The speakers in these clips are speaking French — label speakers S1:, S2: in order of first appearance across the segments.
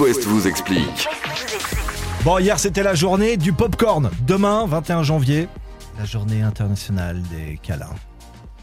S1: West vous explique.
S2: Bon, hier c'était la journée du popcorn. Demain, 21 janvier, la journée internationale des câlins.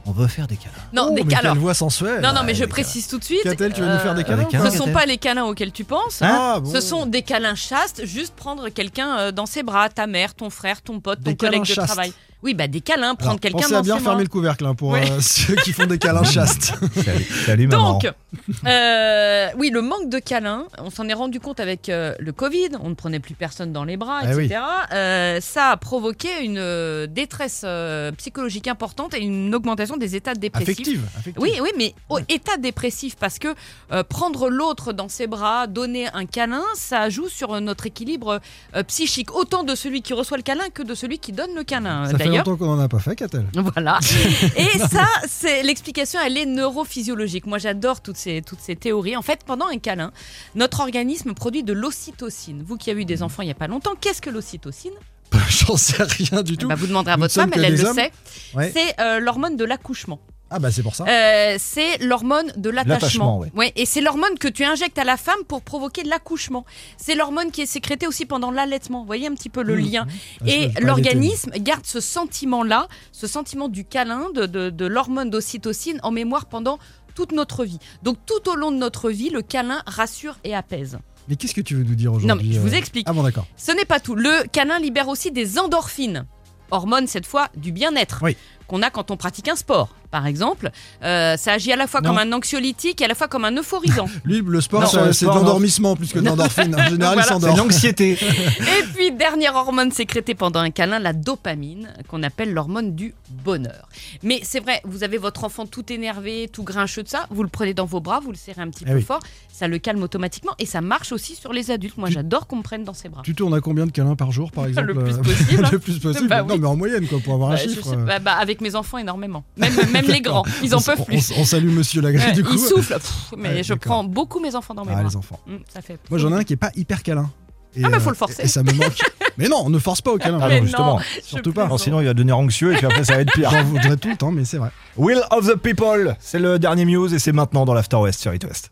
S2: On veut faire des câlins.
S3: Non, des câlins.
S4: Oh, Quelle Ah, voix sensuelle
S3: Oh, Non, non, mais
S2: Ouais,
S3: je
S2: des
S3: précise tout de suite.
S4: Catel, tu vas nous faire des
S3: euh,
S4: câlins
S2: des câlins
S3: Ce sont pas les câlins auxquels tu penses.
S2: Hein
S4: Ah, bon.
S3: Ce sont des câlins chastes, juste prendre quelqu'un euh, dans ses bras, ta mère, ton frère, ton pote, ton
S4: Des câlins
S3: collègue de
S4: chastes.
S3: travail. Oui, bah des câlins, prendre
S4: Alors,
S3: quelqu'un
S4: Pensez à
S3: dans ses
S4: bien
S3: bras.
S4: fermer le couvercle hein, pour
S3: Oui.
S4: euh, ceux qui font des câlins chastes.
S2: Salut, salut, maman.
S3: Donc, euh, oui, le manque de câlins, on s'en est rendu compte avec euh, le Covid, on ne prenait plus personne dans les bras,
S4: Eh oui.
S3: etc. Euh, ça a provoqué une euh, détresse euh, psychologique importante et une augmentation des états dépressifs.
S4: Affective. affective.
S3: Oui, oui, mais au état dépressif, parce que euh, prendre l'autre dans ses bras, donner un câlin, ça joue sur euh, notre équilibre euh, psychique, autant de celui qui reçoit le câlin que de celui qui donne le câlin, euh,
S4: Ça fait
S3: d'ailleurs.
S4: longtemps qu'on en a pas fait, Catel.
S3: Voilà. Et ça, c'est l'explication, elle est neurophysiologique. Moi, j'adore toutes ces, toutes ces théories. En fait, pendant un câlin, notre organisme produit de l'ocytocine. Vous qui avez eu des
S4: Mm.
S3: enfants il n'y a pas longtemps, qu'est-ce que l'ocytocine
S4: J'en sais rien du
S3: Eh
S4: tout.
S3: ben, Vous demanderez à
S4: Nous ne
S3: votre
S4: sommes
S3: femme,
S4: que
S3: elle, elle
S4: des
S3: le
S4: hommes.
S3: sait.
S4: Ouais.
S3: C'est euh, l'hormone de l'accouchement.
S4: Ah bah c'est pour ça.
S3: Euh, c'est l'hormone de
S2: L'attachement,
S3: l'attachement.
S2: ouais.
S3: et c'est l'hormone que tu injectes à la femme pour provoquer l'accouchement. C'est l'hormone qui est sécrétée aussi pendant l'allaitement. Vous voyez un petit peu le
S4: Mmh.
S3: lien.
S4: Ah, je
S3: Et
S4: peux pas
S3: l'organisme garde ce sentiment-là, ce sentiment du câlin, de, de- de l'hormone d'ocytocine en mémoire pendant toute notre vie. Donc tout au long de notre vie, le câlin rassure et apaise.
S4: l'été. Mais qu'est-ce que tu veux nous dire aujourd'hui
S3: je vous
S4: euh,
S3: explique.
S4: Ah bon d'accord.
S3: Ce n'est pas tout. Le câlin libère aussi des endorphines. Hormones, cette fois, du bien-être.
S4: Oui.
S3: Qu'on a quand on pratique un sport, par exemple. Euh, ça agit à la fois
S4: Non.
S3: comme un anxiolytique et à la fois comme un euphorisant.
S4: Lui, le sport,
S2: Non,
S4: ça-
S2: le
S4: c'est de
S2: sport, non.
S4: l'endormissement plus que de l'endorphine. En général, il
S3: Voilà.
S2: C'est
S4: s'endort.
S2: l'anxiété.
S3: et puis, dernière hormone sécrétée pendant un câlin, la dopamine, qu'on appelle l'hormone du bonheur. Mais c'est vrai, vous avez votre enfant tout énervé, tout grincheux de ça, vous le prenez dans vos bras, vous le serrez un petit
S4: Eh
S3: peu
S4: oui.
S3: fort, ça le calme automatiquement et ça marche aussi sur les adultes. Moi,
S4: Tu-
S3: j'adore qu'on me prenne dans ses bras.
S4: Tu tournes à combien de câlins par jour, par exemple
S3: le plus
S4: euh,
S3: possible.
S4: Le plus possible.
S3: Bah
S4: non,
S3: oui.
S4: mais en moyenne, quoi, pour avoir un
S3: Bah, je
S4: chiffre.
S3: sais
S4: euh,
S3: pas, bah, avec mes enfants, énormément. Même, même les grands, ils en
S4: on-
S3: peuvent
S4: on-
S3: plus.
S4: On, salue Monsieur Lagré,
S3: Ouais,
S4: du coup.
S3: Il souffle, pff, mais
S4: Ouais,
S3: je
S4: d'accord.
S3: prends beaucoup mes enfants dans mes
S4: Ah,
S3: bras.
S4: les enfants.
S3: Mm, ça fait.
S4: Moi, j'en ai un qui est pas hyper câlin. Et,
S3: Ah, bah, faut
S4: euh,
S3: le forcer.
S4: Et ça me manque. mais non, on ne force pas au câlin.
S2: Ah
S3: Mais
S2: non, justement,
S3: non,
S4: surtout pas.
S2: Non, sinon il va devenir anxieux et puis après ça va être pire.
S4: J'en voudrais tout le temps, mais c'est vrai.
S2: Will of the People, c'est le dernier news et c'est maintenant dans l'After West sur It West.